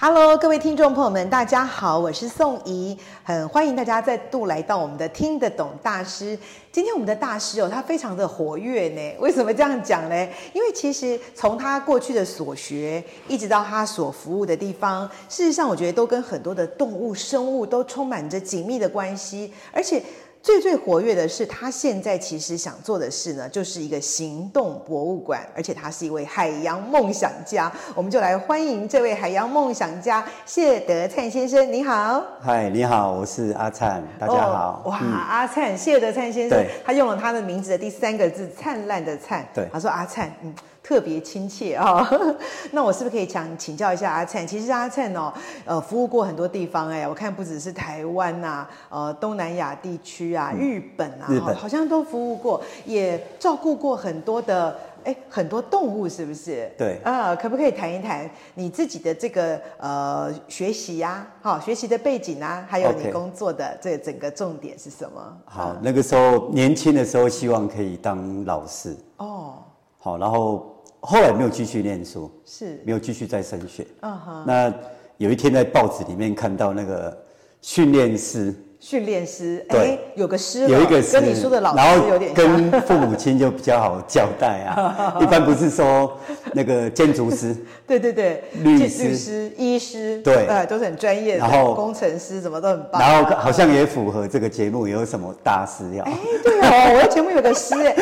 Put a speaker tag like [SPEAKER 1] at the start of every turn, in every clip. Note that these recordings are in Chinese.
[SPEAKER 1] Hello，各位听众朋友们，大家好，我是宋怡，很欢迎大家再度来到我们的听得懂大师。今天我们的大师哦，他非常的活跃呢。为什么这样讲呢？因为其实从他过去的所学，一直到他所服务的地方，事实上我觉得都跟很多的动物、生物都充满着紧密的关系，而且。最最活跃的是，他现在其实想做的事呢，就是一个行动博物馆，而且他是一位海洋梦想家。我们就来欢迎这位海洋梦想家谢德灿先生，你好。
[SPEAKER 2] 嗨，你好，我是阿灿，大家好。
[SPEAKER 1] 哦、哇，
[SPEAKER 2] 嗯
[SPEAKER 1] 阿灿，谢德灿先生
[SPEAKER 2] 对，
[SPEAKER 1] 他用了他的名字的第三个字“灿烂”的“灿”，
[SPEAKER 2] 对
[SPEAKER 1] 他说阿灿，嗯。特别亲切哦， 那我是不是可以想请教一下阿灿？其实阿灿哦，呃，服务过很多地方哎、我看不只是台湾呐、呃，东南亚地区啊，日本啊，
[SPEAKER 2] 嗯日本
[SPEAKER 1] 好像都服务过，也照顾过很多的哎、很多动物，是不是？
[SPEAKER 2] 对
[SPEAKER 1] 啊，可不可以谈一谈你自己的这个呃学习呀、好、学习的背景啊，还有你
[SPEAKER 2] OK
[SPEAKER 1] 工作的这整个重点是什么？
[SPEAKER 2] 好，那个时候年轻的时候，希望可以当老师。
[SPEAKER 1] 哦，
[SPEAKER 2] 好，然后后来没有继续念书，
[SPEAKER 1] 是，
[SPEAKER 2] 没有继续再升学。
[SPEAKER 1] 嗯哼，
[SPEAKER 2] 那有一天在报纸里面看到那个训练师
[SPEAKER 1] 训练师，哎、
[SPEAKER 2] 对
[SPEAKER 1] 有个师了
[SPEAKER 2] 有一个是，
[SPEAKER 1] 跟你说的老
[SPEAKER 2] 然
[SPEAKER 1] 师
[SPEAKER 2] 后
[SPEAKER 1] 有点像，
[SPEAKER 2] 跟父母亲就比较好交代 啊。一般不是说那个建筑师，
[SPEAKER 1] 对对对，
[SPEAKER 2] 律
[SPEAKER 1] 建
[SPEAKER 2] 师
[SPEAKER 1] 律师、医师，
[SPEAKER 2] 对
[SPEAKER 1] 呃，都是很专业的，
[SPEAKER 2] 然后
[SPEAKER 1] 工程师什么都很棒。啊
[SPEAKER 2] 然后好像也符合这个节目，有什么大师要？
[SPEAKER 1] 哎，对哦，我的节目有个师， 哎，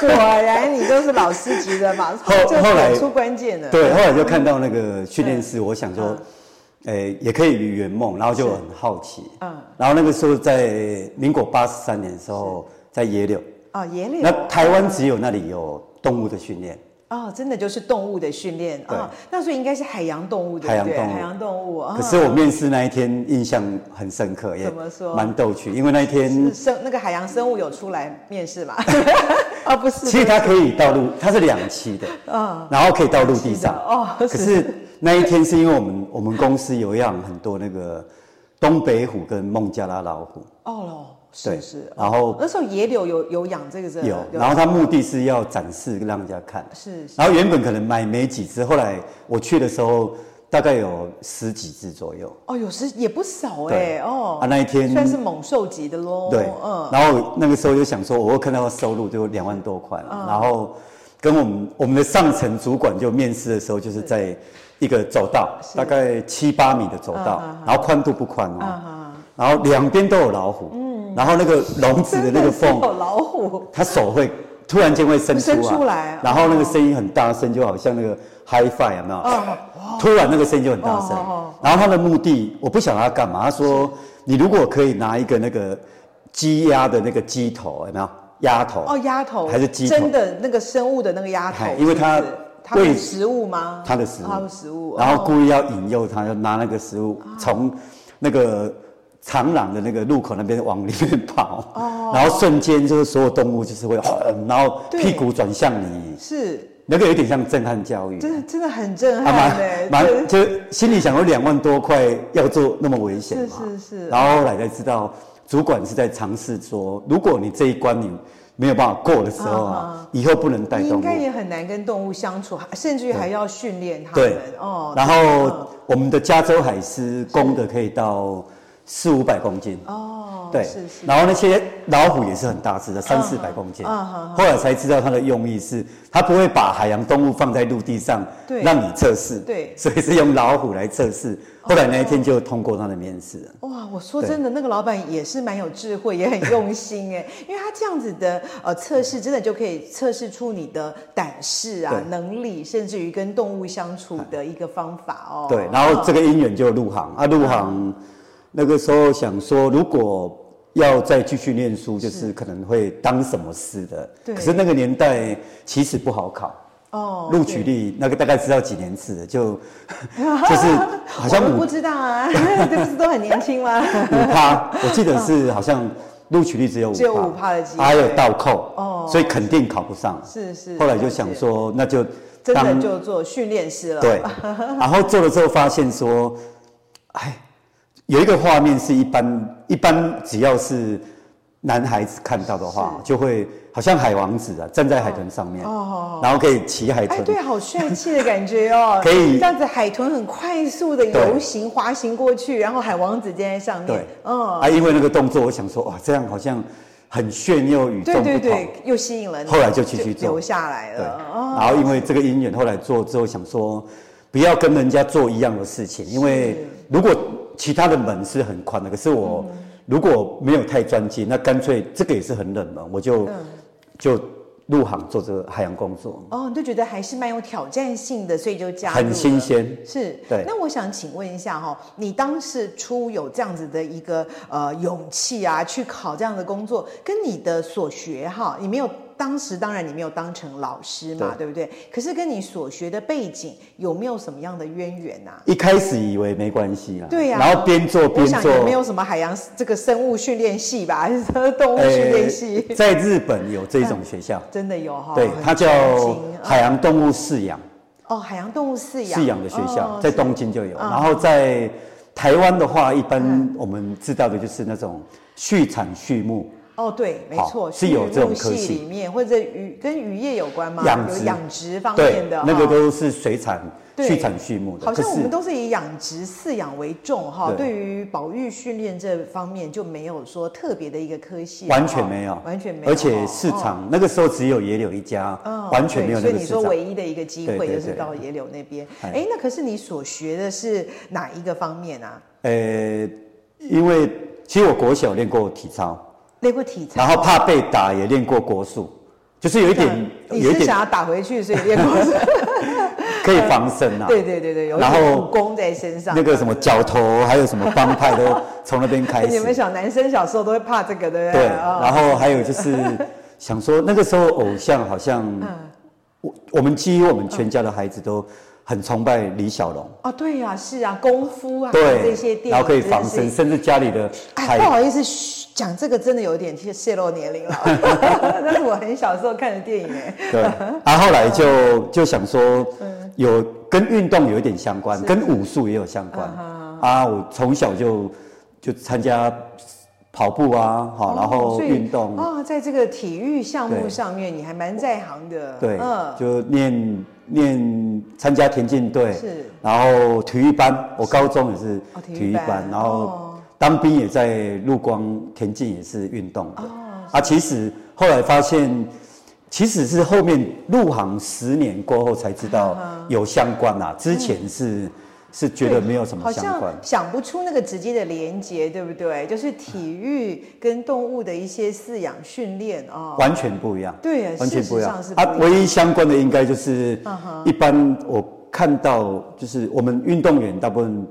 [SPEAKER 1] 果然你都是老师级的嘛，
[SPEAKER 2] 后
[SPEAKER 1] 这
[SPEAKER 2] 后来
[SPEAKER 1] 点出关键了。
[SPEAKER 2] 对，后来就看到那个
[SPEAKER 1] 嗯
[SPEAKER 2] 训练师，我想说，呃，也可以圆梦，然后就很好奇。
[SPEAKER 1] 嗯
[SPEAKER 2] 嗯，然后那个时候在民国八十三年的时候，在野柳，
[SPEAKER 1] 哦，野柳
[SPEAKER 2] 那台湾只有那里有动物的训练，
[SPEAKER 1] 哦，真的就是动物的训练啊、哦，那所以应该是海洋动物，对
[SPEAKER 2] 海
[SPEAKER 1] 不
[SPEAKER 2] 洋
[SPEAKER 1] 对？
[SPEAKER 2] 动物
[SPEAKER 1] 海洋动物啊，
[SPEAKER 2] 可是我面试那一天印象很深刻，也
[SPEAKER 1] 怎么说
[SPEAKER 2] 蛮逗趣，因为那一天
[SPEAKER 1] 是生那个海洋生物有出来面 试嘛？哦，不是，嗯
[SPEAKER 2] 其实它可以到陆，它是两期的，然后可以到陆地上。
[SPEAKER 1] 哦
[SPEAKER 2] 可是那一天是因为我们我们公司有养很多那个东北虎跟孟加拉老虎，
[SPEAKER 1] 哦喽，
[SPEAKER 2] 对
[SPEAKER 1] 是是。
[SPEAKER 2] 然后
[SPEAKER 1] 那时候野柳有有养这个是吧
[SPEAKER 2] 有，然后它目的是要展示让人家看。
[SPEAKER 1] 是是
[SPEAKER 2] 然后原本可能买没几只，后来我去的时候大概有十几只左右。
[SPEAKER 1] 哦，有时也不少哎、
[SPEAKER 2] 对
[SPEAKER 1] 哦，
[SPEAKER 2] 啊那一天
[SPEAKER 1] 算是猛兽级的喽。
[SPEAKER 2] 对，
[SPEAKER 1] 嗯，
[SPEAKER 2] 然后那个时候就想说，我又看到收入就两万多块嘛，
[SPEAKER 1] 嗯
[SPEAKER 2] 然后跟我们我们的上层主管就面试的时候，就是在一个走道，大概七八米的走道，
[SPEAKER 1] 嗯
[SPEAKER 2] 然后宽度不宽哦，然后两边都有老虎，
[SPEAKER 1] 嗯
[SPEAKER 2] 然后那个笼子的那个
[SPEAKER 1] 真是
[SPEAKER 2] 缝，
[SPEAKER 1] 有老虎，
[SPEAKER 2] 他手会突然间会伸出来，
[SPEAKER 1] 伸
[SPEAKER 2] 啊
[SPEAKER 1] 出来
[SPEAKER 2] 然后那个声音很大声，就好像那个 HiFi 有没有？突然那个声音就很大声。
[SPEAKER 1] 嗯哦哦
[SPEAKER 2] 然后他的目的我不晓得他干嘛，他说你如果可以拿一个那个鸡鸭的那个鸡头有没有？鸭头
[SPEAKER 1] 哦，鸭头
[SPEAKER 2] 还是鸡头
[SPEAKER 1] 真的那个生物的那个鸭头
[SPEAKER 2] 哎，因为它
[SPEAKER 1] 是不是它们
[SPEAKER 2] 喂
[SPEAKER 1] 食物吗？
[SPEAKER 2] 他的食物，
[SPEAKER 1] 它的食物，
[SPEAKER 2] 然后
[SPEAKER 1] 哦
[SPEAKER 2] 故意要引诱他，就拿那个食物从那个长廊的那个路口那边往里面跑，
[SPEAKER 1] 哦
[SPEAKER 2] 然后瞬间就是所有动物就是会，呃然后
[SPEAKER 1] 对
[SPEAKER 2] 屁股转向你，
[SPEAKER 1] 是
[SPEAKER 2] 那个有点像震撼教育。
[SPEAKER 1] 真的真的很 震
[SPEAKER 2] 啊，
[SPEAKER 1] 撼哎、
[SPEAKER 2] 蛮蛮就心里想说两万多块要做那么危险嘛，
[SPEAKER 1] 是是是
[SPEAKER 2] 然后后来才知道，主管是在尝试说，如果你这一关你没有办法过的时候啊，以后不能带
[SPEAKER 1] 你
[SPEAKER 2] 动
[SPEAKER 1] 应
[SPEAKER 2] 物
[SPEAKER 1] 该。也很难跟动物相处，甚至于还要训练它
[SPEAKER 2] 对
[SPEAKER 1] 们哦。
[SPEAKER 2] 然后我们的加州海狮公的可以到四五百公斤。
[SPEAKER 1] 哦，
[SPEAKER 2] 对
[SPEAKER 1] 是嗯是，
[SPEAKER 2] 然后那些老虎也是很大只的，三四百公斤。后来才知道它的用意是，它不会把海洋动物放在陆地上
[SPEAKER 1] 对
[SPEAKER 2] 让你测试，
[SPEAKER 1] 对哦
[SPEAKER 2] 所以是用老虎来测试。后来那一天就通过他的面试了。
[SPEAKER 1] 哇，我说真的，那个老板也是蛮有智慧，也很用心哎， 因为他这样子的呃测试，真的就可以测试出你的胆识啊
[SPEAKER 2] 对、
[SPEAKER 1] 能力，甚至于跟动物相处的一个方法哦。嗯
[SPEAKER 2] 对，然后这个因缘就入行啊，入行那个时候想说，如果要再继续念书，就是可能会当什么师的。
[SPEAKER 1] 对
[SPEAKER 2] 可是那个年代其实不好考，哦，录取率那个大概知道几年次 的，就就是好像
[SPEAKER 1] 我们
[SPEAKER 2] 五
[SPEAKER 1] 不知道啊， 这不是都很年轻吗？
[SPEAKER 2] 五趴，我记得是好像录取率只有五
[SPEAKER 1] 只有5%的机会
[SPEAKER 2] 还有倒扣，
[SPEAKER 1] 哦
[SPEAKER 2] 所以肯定考不上。
[SPEAKER 1] 是是
[SPEAKER 2] 后来就想说，那就
[SPEAKER 1] 真
[SPEAKER 2] 当
[SPEAKER 1] 的就做训练师了。
[SPEAKER 2] 对，然后做了之后发现说，哎，有一个画面是一般一般只要是男孩子看到的话，就会好像海王子啊，站在海豚上面，
[SPEAKER 1] 哦
[SPEAKER 2] 然后可以骑海
[SPEAKER 1] 哎，
[SPEAKER 2] 豚，
[SPEAKER 1] 对，好帅气的感觉哦！
[SPEAKER 2] 可以
[SPEAKER 1] 这样子，海豚很快速的游行、滑行过去，然后海王子站在上面。
[SPEAKER 2] 对，
[SPEAKER 1] 嗯，
[SPEAKER 2] 啊，因为那个动作，我想说，哇，这样好像很炫又与众
[SPEAKER 1] 对
[SPEAKER 2] 不
[SPEAKER 1] 对
[SPEAKER 2] 同。
[SPEAKER 1] 对，又吸引了你，
[SPEAKER 2] 后来就继续做
[SPEAKER 1] 留下来
[SPEAKER 2] 对，
[SPEAKER 1] 了。哦，
[SPEAKER 2] 然后因为这个姻缘，后来做之后想说，不要跟人家做一样的事情，因为如果其他的门是很宽的，可是我
[SPEAKER 1] 嗯
[SPEAKER 2] 如果没有太专精，那干脆这个也是很冷门，我
[SPEAKER 1] 嗯
[SPEAKER 2] 就就入行做这个海洋工作，
[SPEAKER 1] 哦，你就觉得还是蛮有挑战性的，所以就加入了
[SPEAKER 2] 很新。鲜。
[SPEAKER 1] 是，
[SPEAKER 2] 对
[SPEAKER 1] 那我想请问一下哈、你当时出有这样子的一个呃勇气啊，去考这样的工作，跟你的所学哈，你没有当时当然你没有当成老师嘛，对不对？可是跟你所学的背景有没有什么样的渊源呐、啊？
[SPEAKER 2] 一开始以为没关系啦，
[SPEAKER 1] 对呀
[SPEAKER 2] 然后边做边
[SPEAKER 1] 我想
[SPEAKER 2] 做
[SPEAKER 1] 也，没有什么海洋这个生物训练系吧，还是什么动物训练系？
[SPEAKER 2] 呃在日本有这种 学校，
[SPEAKER 1] 真的有哈、
[SPEAKER 2] 对，
[SPEAKER 1] 哦很嗯
[SPEAKER 2] 它叫
[SPEAKER 1] 震惊
[SPEAKER 2] 海洋动物饲养。
[SPEAKER 1] 哦，海洋动物饲养
[SPEAKER 2] 饲养的学校
[SPEAKER 1] 哦，
[SPEAKER 2] 在东京就有。然后在台湾的话，一
[SPEAKER 1] 嗯
[SPEAKER 2] 般我们知道的就是那种畜产畜牧，
[SPEAKER 1] 哦，对，没
[SPEAKER 2] 好
[SPEAKER 1] 错，
[SPEAKER 2] 是有
[SPEAKER 1] 畜
[SPEAKER 2] 这种
[SPEAKER 1] 牧
[SPEAKER 2] 科
[SPEAKER 1] 系
[SPEAKER 2] 系
[SPEAKER 1] 里面或者渔跟渔业有关吗？
[SPEAKER 2] 养
[SPEAKER 1] 有
[SPEAKER 2] 殖
[SPEAKER 1] 养殖方
[SPEAKER 2] 对
[SPEAKER 1] 面的，，
[SPEAKER 2] 那个
[SPEAKER 1] 哈
[SPEAKER 2] 都是水产、
[SPEAKER 1] 对
[SPEAKER 2] 畜产畜牧的。
[SPEAKER 1] 好像
[SPEAKER 2] 可
[SPEAKER 1] 我
[SPEAKER 2] 是
[SPEAKER 1] 们都是以养殖饲养为重哈，
[SPEAKER 2] 对
[SPEAKER 1] 对于保育训练这方面就没有说特别的一个科系了，
[SPEAKER 2] 完全
[SPEAKER 1] 哈
[SPEAKER 2] 没有，
[SPEAKER 1] 啊完全没有，
[SPEAKER 2] 而且
[SPEAKER 1] 哈
[SPEAKER 2] 市。
[SPEAKER 1] 哦
[SPEAKER 2] 场那个时候只有野柳一家
[SPEAKER 1] 哦，
[SPEAKER 2] 完全没有
[SPEAKER 1] 对所以
[SPEAKER 2] 那个
[SPEAKER 1] 你
[SPEAKER 2] 市
[SPEAKER 1] 说
[SPEAKER 2] 场。
[SPEAKER 1] 唯一的一个机
[SPEAKER 2] 对
[SPEAKER 1] 会
[SPEAKER 2] 对
[SPEAKER 1] 就是
[SPEAKER 2] 对
[SPEAKER 1] 到野柳那边。
[SPEAKER 2] 哎
[SPEAKER 1] 哎，那可是你所学的是哪一个方面啊？
[SPEAKER 2] 呃，因为其实我国小练过体操，
[SPEAKER 1] 练过体操，
[SPEAKER 2] 然后怕被打也练过国术，就是有一点
[SPEAKER 1] 你
[SPEAKER 2] 嗯有一
[SPEAKER 1] 是
[SPEAKER 2] 点
[SPEAKER 1] 想要打回去，所以练过。
[SPEAKER 2] 可以防身 啊。
[SPEAKER 1] 对对对对，有一
[SPEAKER 2] 然
[SPEAKER 1] 点
[SPEAKER 2] 后
[SPEAKER 1] 武功在身上。
[SPEAKER 2] 那个什么角头，还有什么帮派都从那边开始。
[SPEAKER 1] 你们小男生小时候都会怕这个，对不对？
[SPEAKER 2] 对，
[SPEAKER 1] 哦
[SPEAKER 2] 然后还有就是 想说，那个时候偶像好像，
[SPEAKER 1] 嗯
[SPEAKER 2] 我我们基于我们全家的孩子都很崇拜李小龙，
[SPEAKER 1] 哦，对呀、是啊，功夫啊，这些
[SPEAKER 2] 对，
[SPEAKER 1] 电影，
[SPEAKER 2] 然后可以防
[SPEAKER 1] 真
[SPEAKER 2] 身，
[SPEAKER 1] 的是。
[SPEAKER 2] 甚至家里的
[SPEAKER 1] 哎，不
[SPEAKER 2] 海，
[SPEAKER 1] 好意思，嘘讲这个真的有点泄泄露年龄了， 那是我很小时候看的电影哎。
[SPEAKER 2] 对，然后后来就
[SPEAKER 1] 嗯
[SPEAKER 2] 就想说，有跟运动有一点相关，跟武术也有相关啊，我从小就就参加跑步啊，好，然后
[SPEAKER 1] 哦所以
[SPEAKER 2] 运动，
[SPEAKER 1] 哦，在这个体育项目
[SPEAKER 2] 对
[SPEAKER 1] 上面，你还蛮在行的。嗯
[SPEAKER 2] 对，就念念参加田径队，
[SPEAKER 1] 是
[SPEAKER 2] 然后体育班，我高中也是
[SPEAKER 1] 哦体育
[SPEAKER 2] 体育班，
[SPEAKER 1] 班
[SPEAKER 2] 然后
[SPEAKER 1] 哦
[SPEAKER 2] 当兵也在陆光田径也是运动
[SPEAKER 1] 哦
[SPEAKER 2] 的，啊，其实后来发现。其实是后面入行十年过后才
[SPEAKER 1] 嗯
[SPEAKER 2] 知道有相关啊，之前是是觉得没有什么
[SPEAKER 1] 好
[SPEAKER 2] 相
[SPEAKER 1] 像
[SPEAKER 2] 关。
[SPEAKER 1] 想不出那个直接的连接，对不对？就是体育跟动物的一些饲养训练哦。
[SPEAKER 2] 完全不一样，
[SPEAKER 1] 对
[SPEAKER 2] 完全不一样
[SPEAKER 1] 呃事实上是不一
[SPEAKER 2] 啊
[SPEAKER 1] 样。嗯
[SPEAKER 2] 唯一相关的应该就是，一般我看到就是我们运动员大部分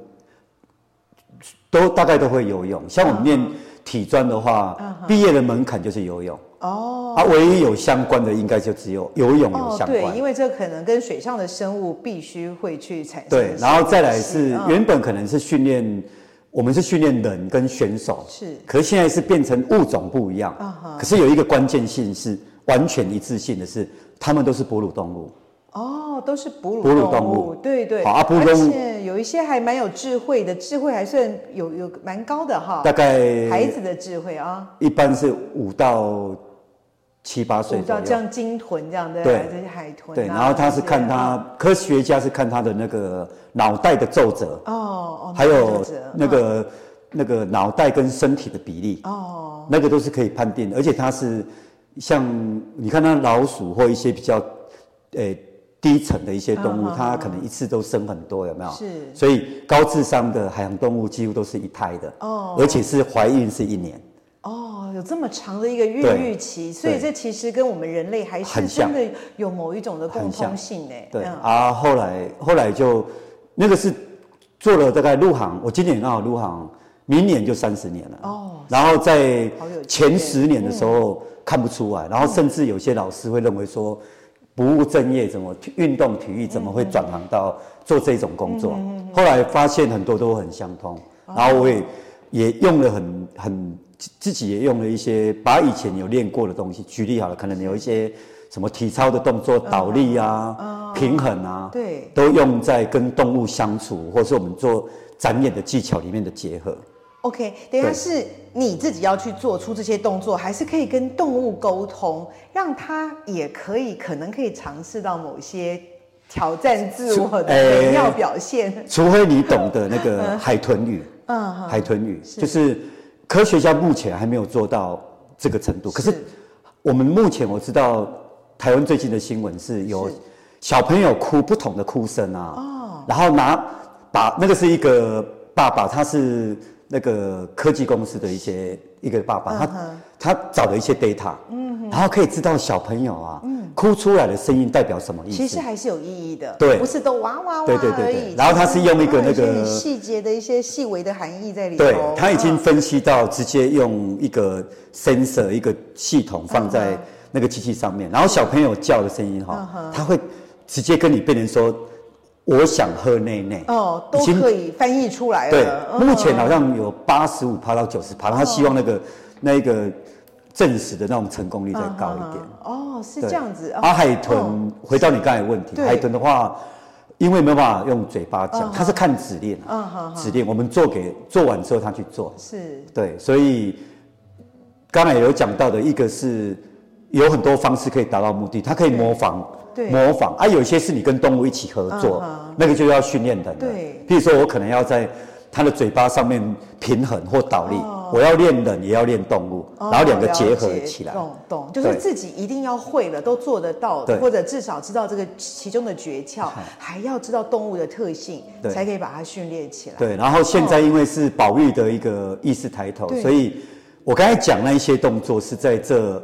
[SPEAKER 2] 都大概都会游泳，像我们练体专的话，
[SPEAKER 1] 嗯
[SPEAKER 2] 毕业的门槛就是游泳。
[SPEAKER 1] 哦
[SPEAKER 2] 啊，唯一有相关的应该就只有游泳有
[SPEAKER 1] 哦，
[SPEAKER 2] 相
[SPEAKER 1] 对，
[SPEAKER 2] 关
[SPEAKER 1] 因，为这可能跟水上的生物必须会去产生
[SPEAKER 2] 对
[SPEAKER 1] 的，
[SPEAKER 2] 然后再来
[SPEAKER 1] 信息
[SPEAKER 2] 是原本可能是训练。我们是训练人跟选手，
[SPEAKER 1] 是
[SPEAKER 2] 可是现在是变成物种不一样。
[SPEAKER 1] 嗯
[SPEAKER 2] 可是有一个关键性是完全一致性的是，他们都是哺乳动物。
[SPEAKER 1] 哦，都是哺乳
[SPEAKER 2] 哺乳动
[SPEAKER 1] 物，
[SPEAKER 2] 物
[SPEAKER 1] 对对，
[SPEAKER 2] 好啊哺乳
[SPEAKER 1] 而
[SPEAKER 2] 动物
[SPEAKER 1] 且有一些还蛮有智慧的，智慧还算有有蛮高的哈，
[SPEAKER 2] 大概
[SPEAKER 1] 孩子的智慧啊，
[SPEAKER 2] 一般是五到七八岁
[SPEAKER 1] 我知道
[SPEAKER 2] 左
[SPEAKER 1] 这
[SPEAKER 2] 右。
[SPEAKER 1] 样鲸豚这样的
[SPEAKER 2] 对
[SPEAKER 1] 这些海豚啊，
[SPEAKER 2] 对，然后他是看他科学家是看他的那个脑袋的皱褶，
[SPEAKER 1] 这些哦哦，
[SPEAKER 2] 还
[SPEAKER 1] 这样
[SPEAKER 2] 有
[SPEAKER 1] 子
[SPEAKER 2] 那个那个脑袋跟身体的比例，
[SPEAKER 1] 哦
[SPEAKER 2] 那个都是可以判定的。而且它是像你看那老鼠或一些比较呃低层的一些动
[SPEAKER 1] 嗯
[SPEAKER 2] 物，它可能一次都生很多，有没有？
[SPEAKER 1] 是
[SPEAKER 2] 所以高智商的海洋动物几乎都是一胎的，
[SPEAKER 1] 哦
[SPEAKER 2] 而且是怀孕是一年。
[SPEAKER 1] 哦，有这么长的一个孕
[SPEAKER 2] 对
[SPEAKER 1] 育期，所以
[SPEAKER 2] 对
[SPEAKER 1] 这其实跟我们人类还是
[SPEAKER 2] 很
[SPEAKER 1] 真
[SPEAKER 2] 像
[SPEAKER 1] 的有某一种的共
[SPEAKER 2] 很像
[SPEAKER 1] 通性哎，
[SPEAKER 2] 对、
[SPEAKER 1] 嗯
[SPEAKER 2] 啊，后来后来就那个是做了大概入行，我今年刚好入行，明年就三十年了。
[SPEAKER 1] 哦，
[SPEAKER 2] 然后在
[SPEAKER 1] 好有经验嗯
[SPEAKER 2] 前十年的时候看不出来，然后甚至有些老师会认为说，不务正业，怎么运动体育怎么会转行到做这种工作？后来发现很多都很相通，然后我也也用了很很自己也用了一些把以前有练过的东西，举例好了，可能有一些什么体操的动作、倒立啊、平衡啊，
[SPEAKER 1] 对
[SPEAKER 2] 都用在跟动物相处，或是我们做展演的技巧里面的结合。
[SPEAKER 1] OK，等一下
[SPEAKER 2] 对
[SPEAKER 1] 是你自己要去做出这些动作，还是可以跟动物沟通，让它也可以可能可以尝试到某些挑战自我的
[SPEAKER 2] 诶
[SPEAKER 1] 美妙表现？
[SPEAKER 2] 除非你懂得那 个海豚语，
[SPEAKER 1] 嗯，
[SPEAKER 2] 海豚语就是科学家目前还没有做到这个程度。可是我们目前我知道，台湾最近的新闻是有
[SPEAKER 1] 是
[SPEAKER 2] 小朋友哭不同的哭声啊，然后拿把那个是一个爸爸，他是那个科技公司的一些一个爸爸，他他找了一些 data，然后可以知道小朋友啊哭出来的声音代表什么意思。
[SPEAKER 1] 其实还是有意义的，
[SPEAKER 2] 对
[SPEAKER 1] 不是都哇哇哇
[SPEAKER 2] 对对对
[SPEAKER 1] 而
[SPEAKER 2] 对
[SPEAKER 1] 已。
[SPEAKER 2] 然后它是用一个
[SPEAKER 1] 它有些
[SPEAKER 2] 那个
[SPEAKER 1] 很细节的一些细微的含义在里头。
[SPEAKER 2] 对，他已经
[SPEAKER 1] 嗯
[SPEAKER 2] 分析到直接用一个 sensor 一个系统放
[SPEAKER 1] 嗯
[SPEAKER 2] 在那个机器上面，然后小朋友叫的声音哈，他会直接跟你变成说，我想喝内内
[SPEAKER 1] 哦都可啊以翻译出来
[SPEAKER 2] 对
[SPEAKER 1] 了。，嗯
[SPEAKER 2] 目前好像有八十五趴到九十趴，他希望那个那个证实的那种成功率再高一点。
[SPEAKER 1] 哦，是
[SPEAKER 2] 对
[SPEAKER 1] 这样子。哦
[SPEAKER 2] 啊，海
[SPEAKER 1] 嗯
[SPEAKER 2] 豚，回到你刚才的问题，
[SPEAKER 1] 对
[SPEAKER 2] 海豚的话，因为没有办法用嘴巴讲，它是看指令
[SPEAKER 1] 嗯好
[SPEAKER 2] 啊，指令我们做给做完之后他去做，
[SPEAKER 1] 是
[SPEAKER 2] 对，所以刚才有讲到的一个是有很多方式可以达到目的，它可以模仿，
[SPEAKER 1] 对嗯
[SPEAKER 2] 模仿啊，有些是你跟动物一起合作，那个就要训练的，
[SPEAKER 1] 对
[SPEAKER 2] 譬如说我可能要在它的嘴巴上面平衡或倒立，我要练人也要练动物，
[SPEAKER 1] 哦
[SPEAKER 2] 然后两个结合
[SPEAKER 1] 了解
[SPEAKER 2] 起来，
[SPEAKER 1] 懂懂，就是
[SPEAKER 2] 对
[SPEAKER 1] 自己一定要会了，都做得到的，
[SPEAKER 2] 对
[SPEAKER 1] 或者至少知道这个其中的诀窍，还要知道动物的特性，
[SPEAKER 2] 对
[SPEAKER 1] 才可以把它训练起来。
[SPEAKER 2] 对，然后现在因为是保育的一个意识抬头
[SPEAKER 1] 对，
[SPEAKER 2] 所以我刚才讲那一些动作是在这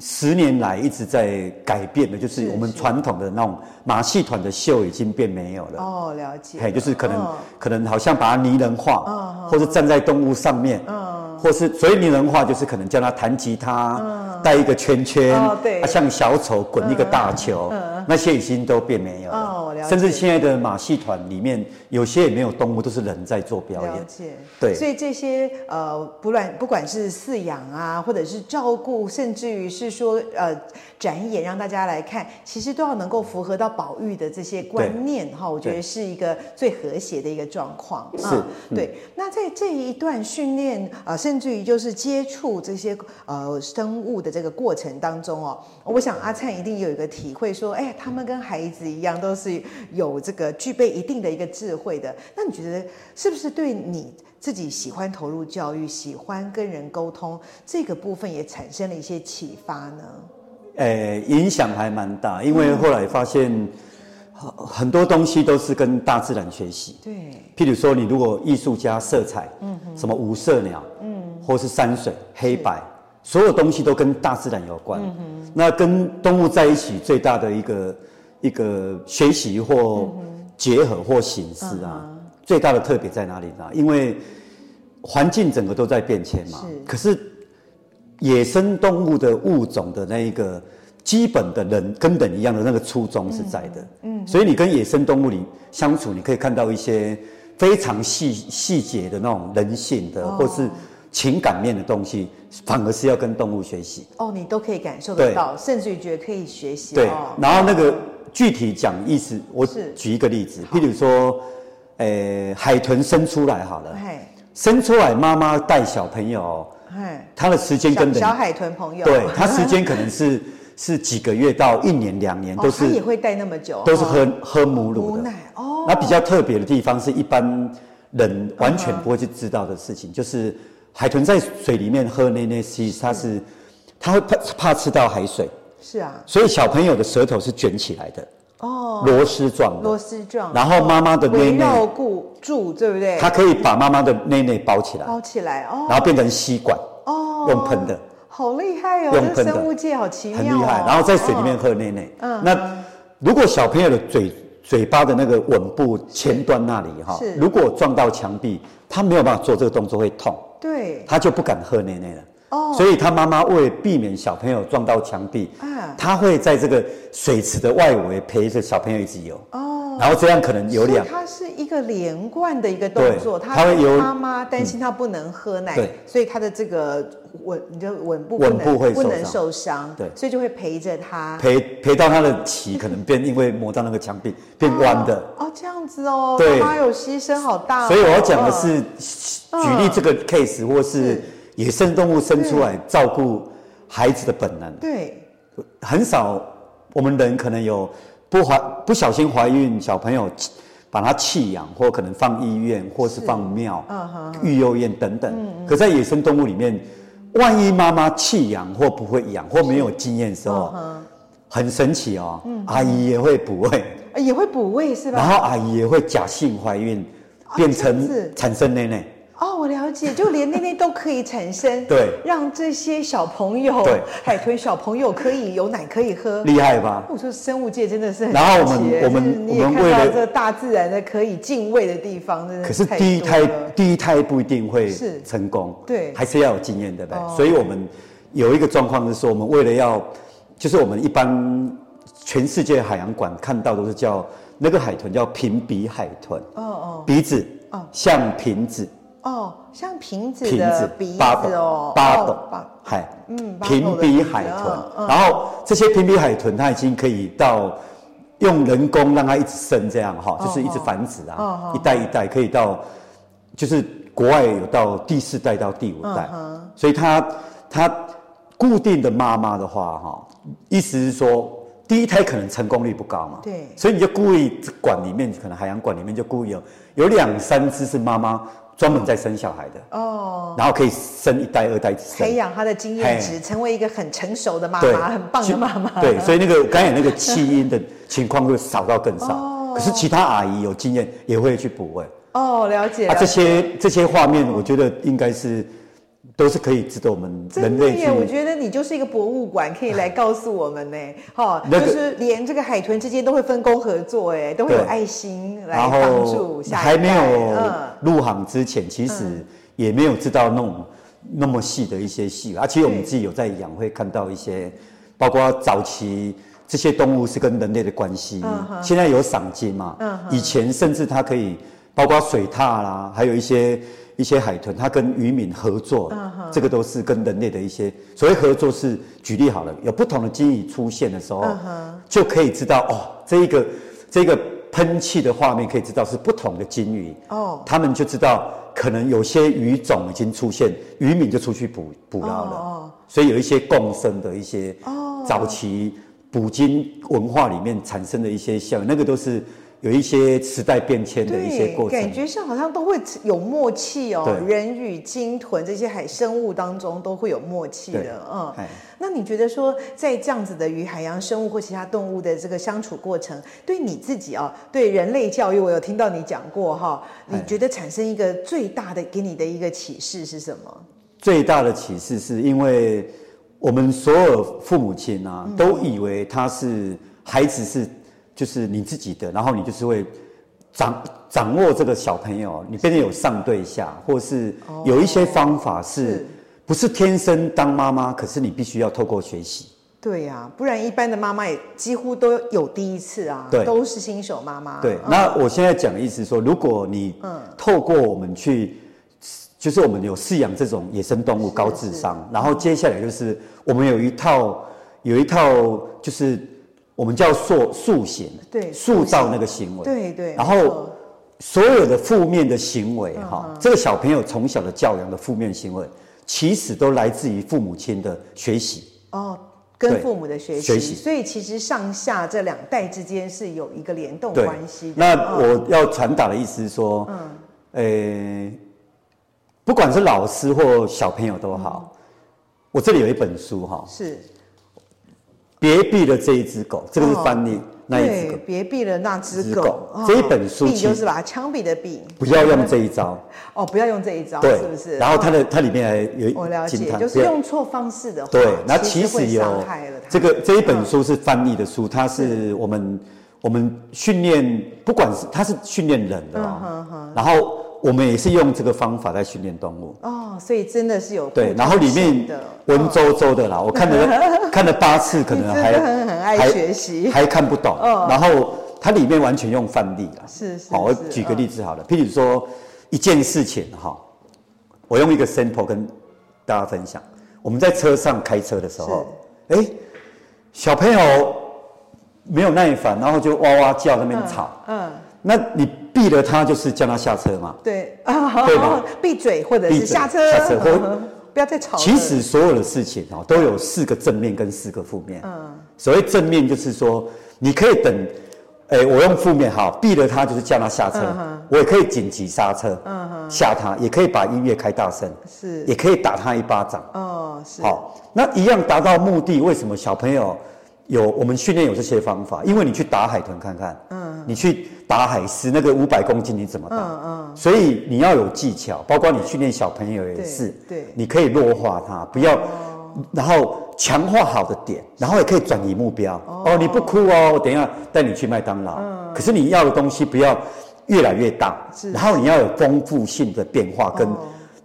[SPEAKER 2] 十年来一直在改变的，就是
[SPEAKER 1] 是
[SPEAKER 2] 我们
[SPEAKER 1] 是
[SPEAKER 2] 传统的那种马戏团的秀已经变没有了。
[SPEAKER 1] 哦，了解了。
[SPEAKER 2] 嘿，就是可能、
[SPEAKER 1] 嗯
[SPEAKER 2] 可能好像把它拟人化，或者站在动物上面，
[SPEAKER 1] 嗯
[SPEAKER 2] 或是所以拟人化就是可能叫它弹吉他，带一个圈圈，
[SPEAKER 1] 嗯哦对嗯
[SPEAKER 2] 啊像小丑滚一个大球，那些已经都变没有了，
[SPEAKER 1] 哦了解
[SPEAKER 2] 甚至现在的马戏团里面有些也没有动物，都是人在做表
[SPEAKER 1] 了
[SPEAKER 2] 演。
[SPEAKER 1] 解，
[SPEAKER 2] 对
[SPEAKER 1] 所以这些呃，不论不管是饲养啊，或者是照顾，甚至于是说呃展演，让大家来看，其实都要能够符合到保育的这些观念哈。我觉得
[SPEAKER 2] 对
[SPEAKER 1] 是一个最和谐的一个状况。
[SPEAKER 2] 是
[SPEAKER 1] 啊对。那在这一段训练啊、呃甚至于就是接触这些呃生物的这个过程当中哦，我想阿灿一定有一个体会说，哎，他们跟孩子一样，都是有这个具备一定的一个智慧的。那你觉得是不是对你自己喜欢投入教育、喜欢跟人沟通这个部分也产生了一些启发呢？
[SPEAKER 2] 呃，影响还蛮大，因
[SPEAKER 1] 嗯
[SPEAKER 2] 为后来发现很很多东西都是跟大自然学习。
[SPEAKER 1] 对，
[SPEAKER 2] 譬如说，你如果艺术家色彩，嗯，什么无色鸟，嗯，或是嗯山水黑白，所有东西都跟大自然有关。那跟动物在一起最大的一个一个学习或结合或形式啊，最大的特别在哪里呢？因为环境整个都在变迁嘛，
[SPEAKER 1] 是
[SPEAKER 2] 可是野生动物的物种的那一个基本的人跟人一样的那个初衷是在的，嗯，所以你跟野生动物里相处，你可以看到一些非常细细节的那种人性的、或是情感面的东西，反而是要跟动物学习。
[SPEAKER 1] 哦，你都可以感受得
[SPEAKER 2] 对
[SPEAKER 1] 到，甚至于觉得可以学习
[SPEAKER 2] 对
[SPEAKER 1] 哦，。
[SPEAKER 2] 然后那个具体讲意思，我
[SPEAKER 1] 是
[SPEAKER 2] 举一个例子，譬如说，呃，海豚生出来好了，
[SPEAKER 1] 嘿，
[SPEAKER 2] 生出来妈妈带小朋友，
[SPEAKER 1] 嘿，
[SPEAKER 2] 他的时间跟
[SPEAKER 1] 小小
[SPEAKER 2] 人
[SPEAKER 1] 海豚朋友，
[SPEAKER 2] 对，它时间可能是 是几个月到一年两年，都
[SPEAKER 1] 哦，他也
[SPEAKER 2] 是
[SPEAKER 1] 会待那么久，
[SPEAKER 2] 都是
[SPEAKER 1] 哦
[SPEAKER 2] 喝喝母乳
[SPEAKER 1] 母
[SPEAKER 2] 的。
[SPEAKER 1] 奶哦，
[SPEAKER 2] 那比较特别的地方是一般人完全不会去知道的事情，就是海豚在水里面喝那那西，它
[SPEAKER 1] 嗯
[SPEAKER 2] 是它会怕怕吃到海水，
[SPEAKER 1] 是啊，
[SPEAKER 2] 所以小朋友的舌头是卷起来的，
[SPEAKER 1] 哦，
[SPEAKER 2] 螺丝状
[SPEAKER 1] 螺
[SPEAKER 2] 的，
[SPEAKER 1] 丝状，
[SPEAKER 2] 然后妈妈的
[SPEAKER 1] 围
[SPEAKER 2] 内
[SPEAKER 1] 绕
[SPEAKER 2] 内，
[SPEAKER 1] 固住，对不对？
[SPEAKER 2] 它可以把妈妈的内内包起来，
[SPEAKER 1] 包起来哦
[SPEAKER 2] 然后变成吸管，
[SPEAKER 1] 哦，
[SPEAKER 2] 用喷的。
[SPEAKER 1] 好厉害哦，
[SPEAKER 2] 用
[SPEAKER 1] 这
[SPEAKER 2] 喷的
[SPEAKER 1] 生物界好奇妙、哦，嗯
[SPEAKER 2] 很厉害，然后在水里面喝内内。那如果小朋友的嘴嘴巴的那个吻部前端那里哈
[SPEAKER 1] 是，
[SPEAKER 2] 如果撞到墙壁，他没有办法做这个动作会痛
[SPEAKER 1] 哦，对，
[SPEAKER 2] 他就不敢喝内内了。哦，所以他妈妈为了避免小朋友撞到墙壁，
[SPEAKER 1] 啊
[SPEAKER 2] 他会在这个水池的外围陪着小朋友一起游，哦，然后这样可能游
[SPEAKER 1] 所以
[SPEAKER 2] 两
[SPEAKER 1] 它是啊一个连贯的一个动作，
[SPEAKER 2] 对
[SPEAKER 1] 他
[SPEAKER 2] 它会由
[SPEAKER 1] 妈妈担心他不能喝奶，
[SPEAKER 2] 对
[SPEAKER 1] 所以他的这个稳，你就稳步不
[SPEAKER 2] 稳
[SPEAKER 1] 能
[SPEAKER 2] 步会
[SPEAKER 1] 不
[SPEAKER 2] 受
[SPEAKER 1] 能
[SPEAKER 2] 伤
[SPEAKER 1] 受伤，
[SPEAKER 2] 对
[SPEAKER 1] 所以就会陪着他。
[SPEAKER 2] 陪陪到他的鳍可能变因为磨到那个墙壁变弯的，
[SPEAKER 1] 哦，这样子哦，
[SPEAKER 2] 对
[SPEAKER 1] 妈妈有牺牲好大哦、
[SPEAKER 2] 所以我要讲的
[SPEAKER 1] 嗯，
[SPEAKER 2] 是，举例这个 case 或是
[SPEAKER 1] 是
[SPEAKER 2] 野生动物生出来照顾孩子的本能，
[SPEAKER 1] 对，
[SPEAKER 2] 很少我们人可能有不怀不小心怀孕小朋友弃把他弃养，或可能放医院，或是放庙、
[SPEAKER 1] 嗯
[SPEAKER 2] 育幼院等等。可在野生动物里面，万一妈妈弃养或不会养或没有经验的时候，
[SPEAKER 1] 嗯
[SPEAKER 2] 很神奇哦，阿姨也会补喂。
[SPEAKER 1] 呃也会补位是
[SPEAKER 2] 然
[SPEAKER 1] 吧？
[SPEAKER 2] 后阿姨也会假性怀孕，变
[SPEAKER 1] 啊这样
[SPEAKER 2] 成、
[SPEAKER 1] 子
[SPEAKER 2] 产生内内。
[SPEAKER 1] 哦，我了解，就连内内都可以产生，
[SPEAKER 2] 对
[SPEAKER 1] 让这些小朋友，
[SPEAKER 2] 对
[SPEAKER 1] 海豚小朋友可以有奶可以喝。
[SPEAKER 2] 厉害吧？
[SPEAKER 1] 我说生物界真的是很
[SPEAKER 2] 然后我
[SPEAKER 1] 神奇
[SPEAKER 2] 们
[SPEAKER 1] 耶
[SPEAKER 2] 我们
[SPEAKER 1] 就是你也
[SPEAKER 2] 我们
[SPEAKER 1] 看
[SPEAKER 2] 为
[SPEAKER 1] 到
[SPEAKER 2] 了
[SPEAKER 1] 这大自然的可以敬畏的地方，真的
[SPEAKER 2] 可是
[SPEAKER 1] 呃太
[SPEAKER 2] 第一
[SPEAKER 1] 多
[SPEAKER 2] 胎
[SPEAKER 1] 了
[SPEAKER 2] 第一胎不一定会
[SPEAKER 1] 是
[SPEAKER 2] 成功，
[SPEAKER 1] 对
[SPEAKER 2] 还是要有经验的呗。
[SPEAKER 1] 哦
[SPEAKER 2] 所以我们有一个状况是说，我们为了要，就是我们一般全世界海洋馆看到都是叫那个海豚叫平鼻海豚，
[SPEAKER 1] 哦哦
[SPEAKER 2] 鼻子像瓶子，
[SPEAKER 1] 哦，像瓶子
[SPEAKER 2] 瓶
[SPEAKER 1] 的
[SPEAKER 2] 子
[SPEAKER 1] 鼻
[SPEAKER 2] 八
[SPEAKER 1] 子
[SPEAKER 2] 斗
[SPEAKER 1] 哦，
[SPEAKER 2] 八
[SPEAKER 1] 哦
[SPEAKER 2] 斗
[SPEAKER 1] 八
[SPEAKER 2] 海，
[SPEAKER 1] 嗯八斗的
[SPEAKER 2] 平鼻海
[SPEAKER 1] 鼻子
[SPEAKER 2] 豚
[SPEAKER 1] 嗯，
[SPEAKER 2] 然后这些平鼻海豚它已经可以到用人工让它一直生这样哈，就是
[SPEAKER 1] 哦
[SPEAKER 2] 一直繁殖啊，一代一代可以到，就是国外有到第四代到第五代，
[SPEAKER 1] 嗯
[SPEAKER 2] 所以它它固定的妈妈的话哈，意思是说。第一胎可能成功率不高嘛，
[SPEAKER 1] 对
[SPEAKER 2] 所以你就故意馆里面可能海洋馆里面就故意有有两三只是妈妈专门在生小孩的，
[SPEAKER 1] 哦，
[SPEAKER 2] 然后可以生一代、二代生
[SPEAKER 1] 培养他的经验值，成为一个很成熟的妈妈，很棒
[SPEAKER 2] 其
[SPEAKER 1] 的妈妈。
[SPEAKER 2] 对，所以那个刚才那个弃婴的情况会少到更少。可是其他阿姨有经验也会去补位
[SPEAKER 1] 哦，了解
[SPEAKER 2] 啊，
[SPEAKER 1] 了
[SPEAKER 2] 这些这些画面，我觉得应该是都是可以值得我们
[SPEAKER 1] 真
[SPEAKER 2] 人
[SPEAKER 1] 的
[SPEAKER 2] 类
[SPEAKER 1] 耶！我
[SPEAKER 2] 去。
[SPEAKER 1] 觉得你就是一个博物馆，可以来告诉我们呢。哈、
[SPEAKER 2] 那个
[SPEAKER 1] 就是连这个海豚之间都会分工合作，哎，都会有
[SPEAKER 2] 对
[SPEAKER 1] 爱心来
[SPEAKER 2] 然
[SPEAKER 1] 帮
[SPEAKER 2] 后
[SPEAKER 1] 助下一
[SPEAKER 2] 还没
[SPEAKER 1] 代
[SPEAKER 2] 有
[SPEAKER 1] 嗯
[SPEAKER 2] 入行之前，其实也没有知道那种那么细的一些细啊。其实我们
[SPEAKER 1] 对
[SPEAKER 2] 自己有在养，会看到一些，包括早期这些动物是跟人类的关系。
[SPEAKER 1] 嗯
[SPEAKER 2] 现在有赏金嘛，以前甚至它可以包括水獭啦，还有一些一些海豚，它跟渔民合作，
[SPEAKER 1] 嗯
[SPEAKER 2] 这个都是跟人类的一些所谓合作是举例好了，有不同的鲸鱼出现的时候，
[SPEAKER 1] 嗯
[SPEAKER 2] 就可以知道哦，这一个这个。喷气的画面可以知道是不同的鲸鱼
[SPEAKER 1] 哦
[SPEAKER 2] 他们就知道可能有些鱼种已经出现，渔民就出去捕捕捞了，
[SPEAKER 1] 哦
[SPEAKER 2] 所以有一些共生的一些早期捕鲸文化里面产生的一些效应，那个都是有一些时代变迁的一些过程。
[SPEAKER 1] 感觉上好像都会有默契哦，
[SPEAKER 2] 对
[SPEAKER 1] 人与鲸豚这些海生物当中都会有默契
[SPEAKER 2] 对
[SPEAKER 1] 的，嗯
[SPEAKER 2] 哎。
[SPEAKER 1] 那你觉得说，在这样子的与海洋生物或其他动物的这个相处过程，对你自己啊、对人类教育，我有听到你讲过哈、你觉得产生一个最大的给你的一个启示是什么？
[SPEAKER 2] 最大的启示是因为我们所有父母亲啊，
[SPEAKER 1] 嗯
[SPEAKER 2] 都以为他是孩子是就是你自己的，然后你就是会掌掌握这个小朋友，你变得有上对下，或是有一些方法是。
[SPEAKER 1] 哦是
[SPEAKER 2] 不是天生当妈妈，可是你必须要透过学习。
[SPEAKER 1] 对呀、不然一般的妈妈也几乎都有第一次啊，
[SPEAKER 2] 对
[SPEAKER 1] 都是新手妈妈。
[SPEAKER 2] 对，
[SPEAKER 1] 嗯
[SPEAKER 2] 那我现在讲的意思是说，如果你透过我们去，就是我们有饲养这种野生动物高智
[SPEAKER 1] 嗯
[SPEAKER 2] 商，然后接下来就是我们有一套有一套就是我们叫塑塑形，
[SPEAKER 1] 对
[SPEAKER 2] 塑造那个行为，
[SPEAKER 1] 对对嗯
[SPEAKER 2] 然
[SPEAKER 1] 没
[SPEAKER 2] 后
[SPEAKER 1] 错嗯
[SPEAKER 2] 所有的负面的行为哈，这个小朋友从小的教养的负面行为，其实都来自于父母亲的学习。
[SPEAKER 1] 哦，跟
[SPEAKER 2] 对
[SPEAKER 1] 父母的学习，
[SPEAKER 2] 学习
[SPEAKER 1] 所以其实上下这两代之间是有一个联动
[SPEAKER 2] 对，
[SPEAKER 1] 关系的。嗯
[SPEAKER 2] 那我要传达的意思是说，呃，不管是老师或小朋友都好，
[SPEAKER 1] 嗯
[SPEAKER 2] 我这里有一本书哈，
[SPEAKER 1] 是
[SPEAKER 2] 别避了这一只狗，这个是翻译、那一只
[SPEAKER 1] 哦对
[SPEAKER 2] 狗，
[SPEAKER 1] 别毙了那只
[SPEAKER 2] 只
[SPEAKER 1] 狗。
[SPEAKER 2] 狗这一本书
[SPEAKER 1] 毙
[SPEAKER 2] 其
[SPEAKER 1] 就是把它枪毙的毙，
[SPEAKER 2] 不要用这一招，
[SPEAKER 1] 哦，不要用这一招，
[SPEAKER 2] 对，
[SPEAKER 1] 是不是？
[SPEAKER 2] 然后它
[SPEAKER 1] 哦
[SPEAKER 2] 的它里面还有一
[SPEAKER 1] 我了
[SPEAKER 2] 惊
[SPEAKER 1] 解，
[SPEAKER 2] 叹
[SPEAKER 1] 就是
[SPEAKER 2] 不要
[SPEAKER 1] 用错方式的话，
[SPEAKER 2] 对，那其
[SPEAKER 1] 实
[SPEAKER 2] 实
[SPEAKER 1] 会伤
[SPEAKER 2] 有
[SPEAKER 1] 害了它。嗯
[SPEAKER 2] 这个这一本书是翻译的书，它是
[SPEAKER 1] 嗯
[SPEAKER 2] 我们我们训练，不管是它是训练人的、哦，然后我们也是用这个方法在训练动物。
[SPEAKER 1] 哦，所以真的是有
[SPEAKER 2] 对，
[SPEAKER 1] 互
[SPEAKER 2] 然后里
[SPEAKER 1] 动性
[SPEAKER 2] 面
[SPEAKER 1] 的哦
[SPEAKER 2] 文绉绉的啦，我看 了看了八次，可能
[SPEAKER 1] 你真的
[SPEAKER 2] 还
[SPEAKER 1] 很很爱
[SPEAKER 2] 还
[SPEAKER 1] 学习哦
[SPEAKER 2] 还看不懂。然后它里面完全用范例啦。
[SPEAKER 1] 是是
[SPEAKER 2] 好，我
[SPEAKER 1] 是哦
[SPEAKER 2] 举个例子好了，譬如说一件事情哈，我用一个 sample 跟大家分享。我们在车上开车的时候，哎，小朋友没有耐烦，然后就哇哇叫在那边吵，
[SPEAKER 1] 嗯，
[SPEAKER 2] 那你避了他就是叫他下车嘛。
[SPEAKER 1] 对啊，
[SPEAKER 2] 对吧？
[SPEAKER 1] 闭嘴或者
[SPEAKER 2] 闭
[SPEAKER 1] 是
[SPEAKER 2] 嘴
[SPEAKER 1] 下车，
[SPEAKER 2] 下车或
[SPEAKER 1] 嗯 不要再吵了。
[SPEAKER 2] 其实所有的事情哦，都有四个正面跟四个负面。嗯，所谓正面就是说，你可以等，哎、我用负面好，避了他就是叫他下车，我也可以紧急刹车，嗯吓他，也可以把音乐开大声，
[SPEAKER 1] 是
[SPEAKER 2] 也可以打他一巴掌。
[SPEAKER 1] 哦，是
[SPEAKER 2] 好，那一样达到目的，为什么小朋友有我们训练有这些方法？因为你去打海豚看看，嗯，你去打海狮，那个五百公斤你怎么打？嗯嗯，所以你要有技巧，包括你训练小朋友也是，
[SPEAKER 1] 对哦对
[SPEAKER 2] 你可以弱化他，不要，然后强化好的点，然后也可以转移目标。哦你不哭哦，我等一下带你去麦当劳。
[SPEAKER 1] 嗯
[SPEAKER 2] 可是你要的东西不要越来越大，然后你要有丰富性的变化跟、
[SPEAKER 1] 哦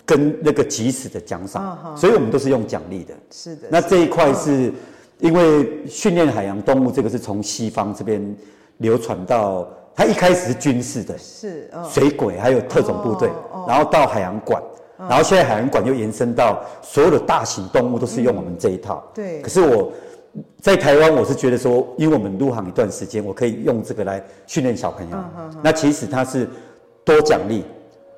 [SPEAKER 2] 跟那个及时的奖
[SPEAKER 1] 嗯
[SPEAKER 2] 赏。所以我们都是用奖励的。
[SPEAKER 1] 是的，
[SPEAKER 2] 那这一
[SPEAKER 1] 嗯
[SPEAKER 2] 块是因为训练海洋动物这个是从西方这边流传到，它一开始是军事的，
[SPEAKER 1] 是嗯
[SPEAKER 2] 水鬼还有特种部队，然后到海洋馆，然后现在海洋馆又延伸到所有的大型动物都是用我们这一套。
[SPEAKER 1] 对
[SPEAKER 2] 可是我在台湾，我是觉得说，因为我们入行一段时间，我可以用这个来训练小朋友。那其实它是多奖励，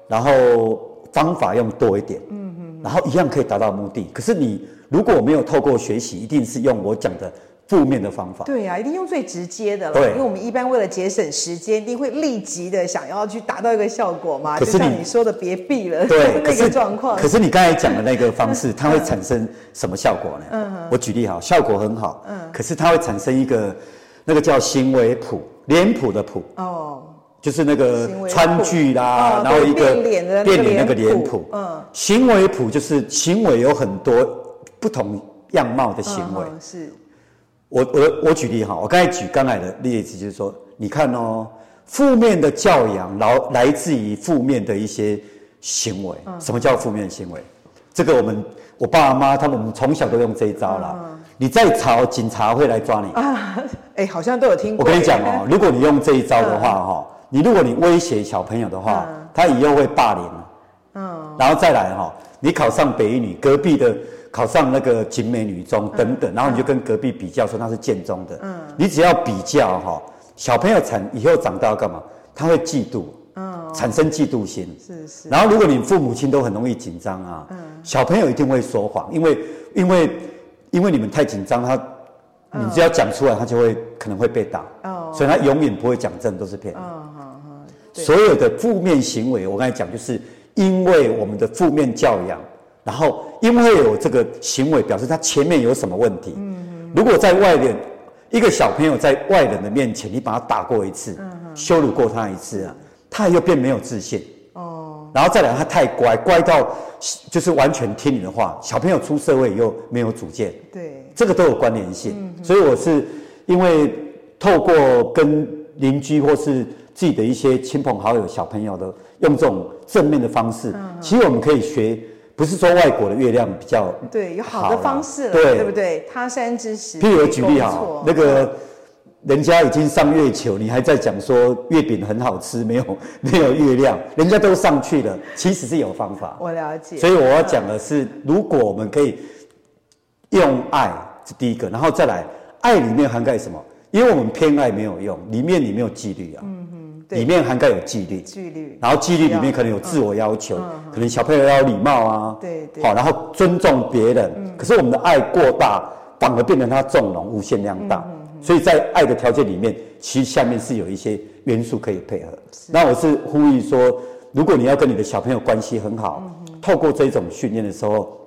[SPEAKER 2] 然后方法用多一点，嗯嗯，然后一样可以达到目的。可是你如果没有透过学习，一定是用我讲的负面的方法。
[SPEAKER 1] 对啊，一定用最直接的了，
[SPEAKER 2] 对
[SPEAKER 1] 因为我们一般为了节省时间，一定会立即的想要去达到一个效果嘛。
[SPEAKER 2] 可是
[SPEAKER 1] 就像
[SPEAKER 2] 你
[SPEAKER 1] 你说的，别避 了，，
[SPEAKER 2] 对
[SPEAKER 1] 那个状况
[SPEAKER 2] 可是你刚才讲的那个 方式，它会产生什么效果呢？
[SPEAKER 1] 嗯
[SPEAKER 2] 我举例好，效果很好，可是它会产生一个那个叫行为谱，脸谱的谱，
[SPEAKER 1] 哦，
[SPEAKER 2] 就是那个
[SPEAKER 1] 行为谱
[SPEAKER 2] 川剧啦
[SPEAKER 1] 哦，
[SPEAKER 2] 然后一个
[SPEAKER 1] 对变脸的那个
[SPEAKER 2] 变脸那个
[SPEAKER 1] 脸
[SPEAKER 2] 脸
[SPEAKER 1] 谱
[SPEAKER 2] 谱，
[SPEAKER 1] 嗯
[SPEAKER 2] 行为谱就是行为有很多不同样貌的行为，
[SPEAKER 1] 嗯是
[SPEAKER 2] 我我我举例哈，我刚才举刚才的例子就是说，你看哦，负面的教养来来自于负面的一些行为。什么叫负面行为？这个我们我爸妈他们我们从小都用这一招啦。你再吵，警察会来抓你。
[SPEAKER 1] 哎，好像都有听
[SPEAKER 2] 我
[SPEAKER 1] 过。
[SPEAKER 2] 跟你讲哦，如果你用这一招的话哈、你如果你威胁小朋友的话，他以后会霸凌。嗯，然后再来哈、你考上北一女，隔壁的考上那个景美女中等等，然后你就跟隔壁比较说他是建中的。嗯，你只要比较哈、小朋友产以后长大要干嘛？他会嫉妒，嗯，产生嫉妒心。
[SPEAKER 1] 是是嗯
[SPEAKER 2] 然后，如果你父母亲都很容易紧张啊，小朋友一定会说谎，因为因为因为你们太紧张，他你只要讲出来，他就会可能会被打，
[SPEAKER 1] 嗯哦嗯
[SPEAKER 2] 所以他永远不会讲真，都是骗人。所有的负面行为，我刚才讲，就是因为我们的负面教养，然后因为有这个行为，表示他前面有什么问题。
[SPEAKER 1] 嗯
[SPEAKER 2] 如果在外人，一个小朋友在外人的面前，你把他打过一次，
[SPEAKER 1] 嗯
[SPEAKER 2] 羞辱过他一次啊，他又变没有自信。然后再来，他太乖，乖到就是完全听你的话。小朋友出社会以后没有主见，
[SPEAKER 1] 对，
[SPEAKER 2] 这个都有关联性。
[SPEAKER 1] 嗯
[SPEAKER 2] 所以我是因为透过跟邻居或是自己的一些亲朋好友、小朋友的，用这种正面的方
[SPEAKER 1] 嗯
[SPEAKER 2] 式，其实我们可以学，不是说外国的月亮比较
[SPEAKER 1] 对，有好的
[SPEAKER 2] 啦
[SPEAKER 1] 方式了，
[SPEAKER 2] 对
[SPEAKER 1] 不对？他山之石，
[SPEAKER 2] 譬如我举
[SPEAKER 1] 非
[SPEAKER 2] 例
[SPEAKER 1] 攻
[SPEAKER 2] 哈
[SPEAKER 1] 错，
[SPEAKER 2] 那个人家已经上月球，你还在讲说月饼很好吃，没有没有月亮，人家都上去了，其实是有方法。
[SPEAKER 1] 我了解，
[SPEAKER 2] 所以我要讲的是，如果我们可以用爱是第一个，然后再来，爱里面涵盖什么？因为我们偏爱没有用，里面你没有纪律啊，
[SPEAKER 1] 嗯对
[SPEAKER 2] 里面涵盖有纪律，
[SPEAKER 1] 纪律
[SPEAKER 2] 然后纪律里面可能有自我要求，可能小朋友要礼貌啊，
[SPEAKER 1] 对对
[SPEAKER 2] 好，然后尊重别人。可是我们的爱过大，反而变成他纵容无限量大。所以在爱的条件里面，其实下面是有一些元素可以配合。那我是呼吁说，如果你要跟你的小朋友关系很好，透过这种训练的时候，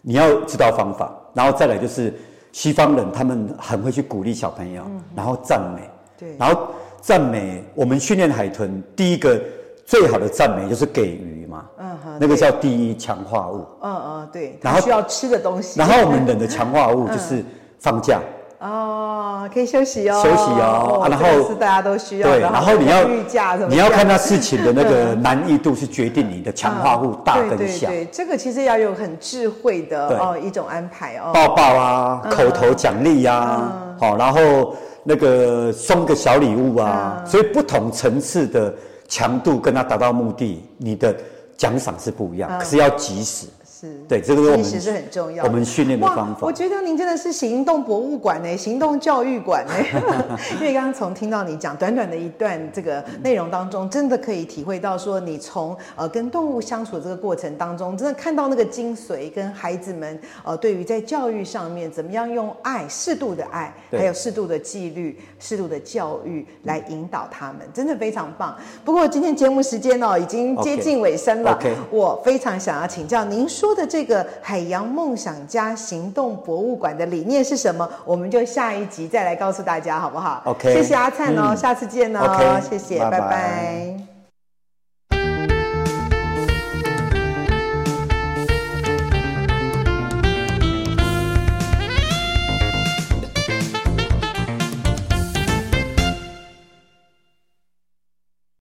[SPEAKER 2] 你要知道方法，然后再来就是西方人他们很会去鼓励小朋友，然后赞美，
[SPEAKER 1] 对
[SPEAKER 2] 然后赞美我们训练海豚第一个最好的赞美就是给予嘛，
[SPEAKER 1] 嗯哼
[SPEAKER 2] 那个叫第一强化物，
[SPEAKER 1] 嗯嗯，对，
[SPEAKER 2] 然
[SPEAKER 1] 他
[SPEAKER 2] 后
[SPEAKER 1] 需要吃的东西，嗯
[SPEAKER 2] 然后我们人的强化物就是放假，
[SPEAKER 1] 哦，可以休息哦，
[SPEAKER 2] 休息哦，啊然
[SPEAKER 1] 这个
[SPEAKER 2] 后
[SPEAKER 1] 是大家都需要的。
[SPEAKER 2] 对，然后你要
[SPEAKER 1] 御驾什么的，
[SPEAKER 2] 你要看他事情的那个难易度去决定你的强化物大
[SPEAKER 1] 对
[SPEAKER 2] 跟小，
[SPEAKER 1] 啊对对，这个其实要有很智慧的
[SPEAKER 2] 对
[SPEAKER 1] 哦一种安排哦。
[SPEAKER 2] 抱抱啊，口头奖励呀，
[SPEAKER 1] 嗯
[SPEAKER 2] 好，然后那个送个小礼物
[SPEAKER 1] 嗯
[SPEAKER 2] 啊，所以不同层次的强度跟他达到目的，你的奖赏是不一样，可是要及时。
[SPEAKER 1] 是，
[SPEAKER 2] 对，这个是我们
[SPEAKER 1] 其实是很嗯重要的。
[SPEAKER 2] 我们训练的方
[SPEAKER 1] 哇
[SPEAKER 2] 法
[SPEAKER 1] 我。觉得您真的是行动博物馆呢、欸行动教育馆呢、 因为刚刚从听到你讲短短的一段这个内容当中，真的可以体会到说，你从呃跟动物相处的这个过程当中，真的看到那个精髓，跟孩子们呃对于在教育上面怎么样用爱、适度的爱，
[SPEAKER 2] 对
[SPEAKER 1] 还有适度的纪律、适度的教育来引导他们，真的非常棒。不过今天节目时间哦已经接
[SPEAKER 2] OK
[SPEAKER 1] 近尾声了
[SPEAKER 2] OK
[SPEAKER 1] 我非常想要请教您说的这个海洋梦想家行动博物馆的理念是什么？我们就下一集再来告诉大家，好不好
[SPEAKER 2] OK
[SPEAKER 1] 谢谢阿灿哦，
[SPEAKER 2] 嗯
[SPEAKER 1] 下次见哦
[SPEAKER 2] OK，
[SPEAKER 1] 谢谢，
[SPEAKER 2] 拜
[SPEAKER 1] 拜
[SPEAKER 2] 拜
[SPEAKER 1] 拜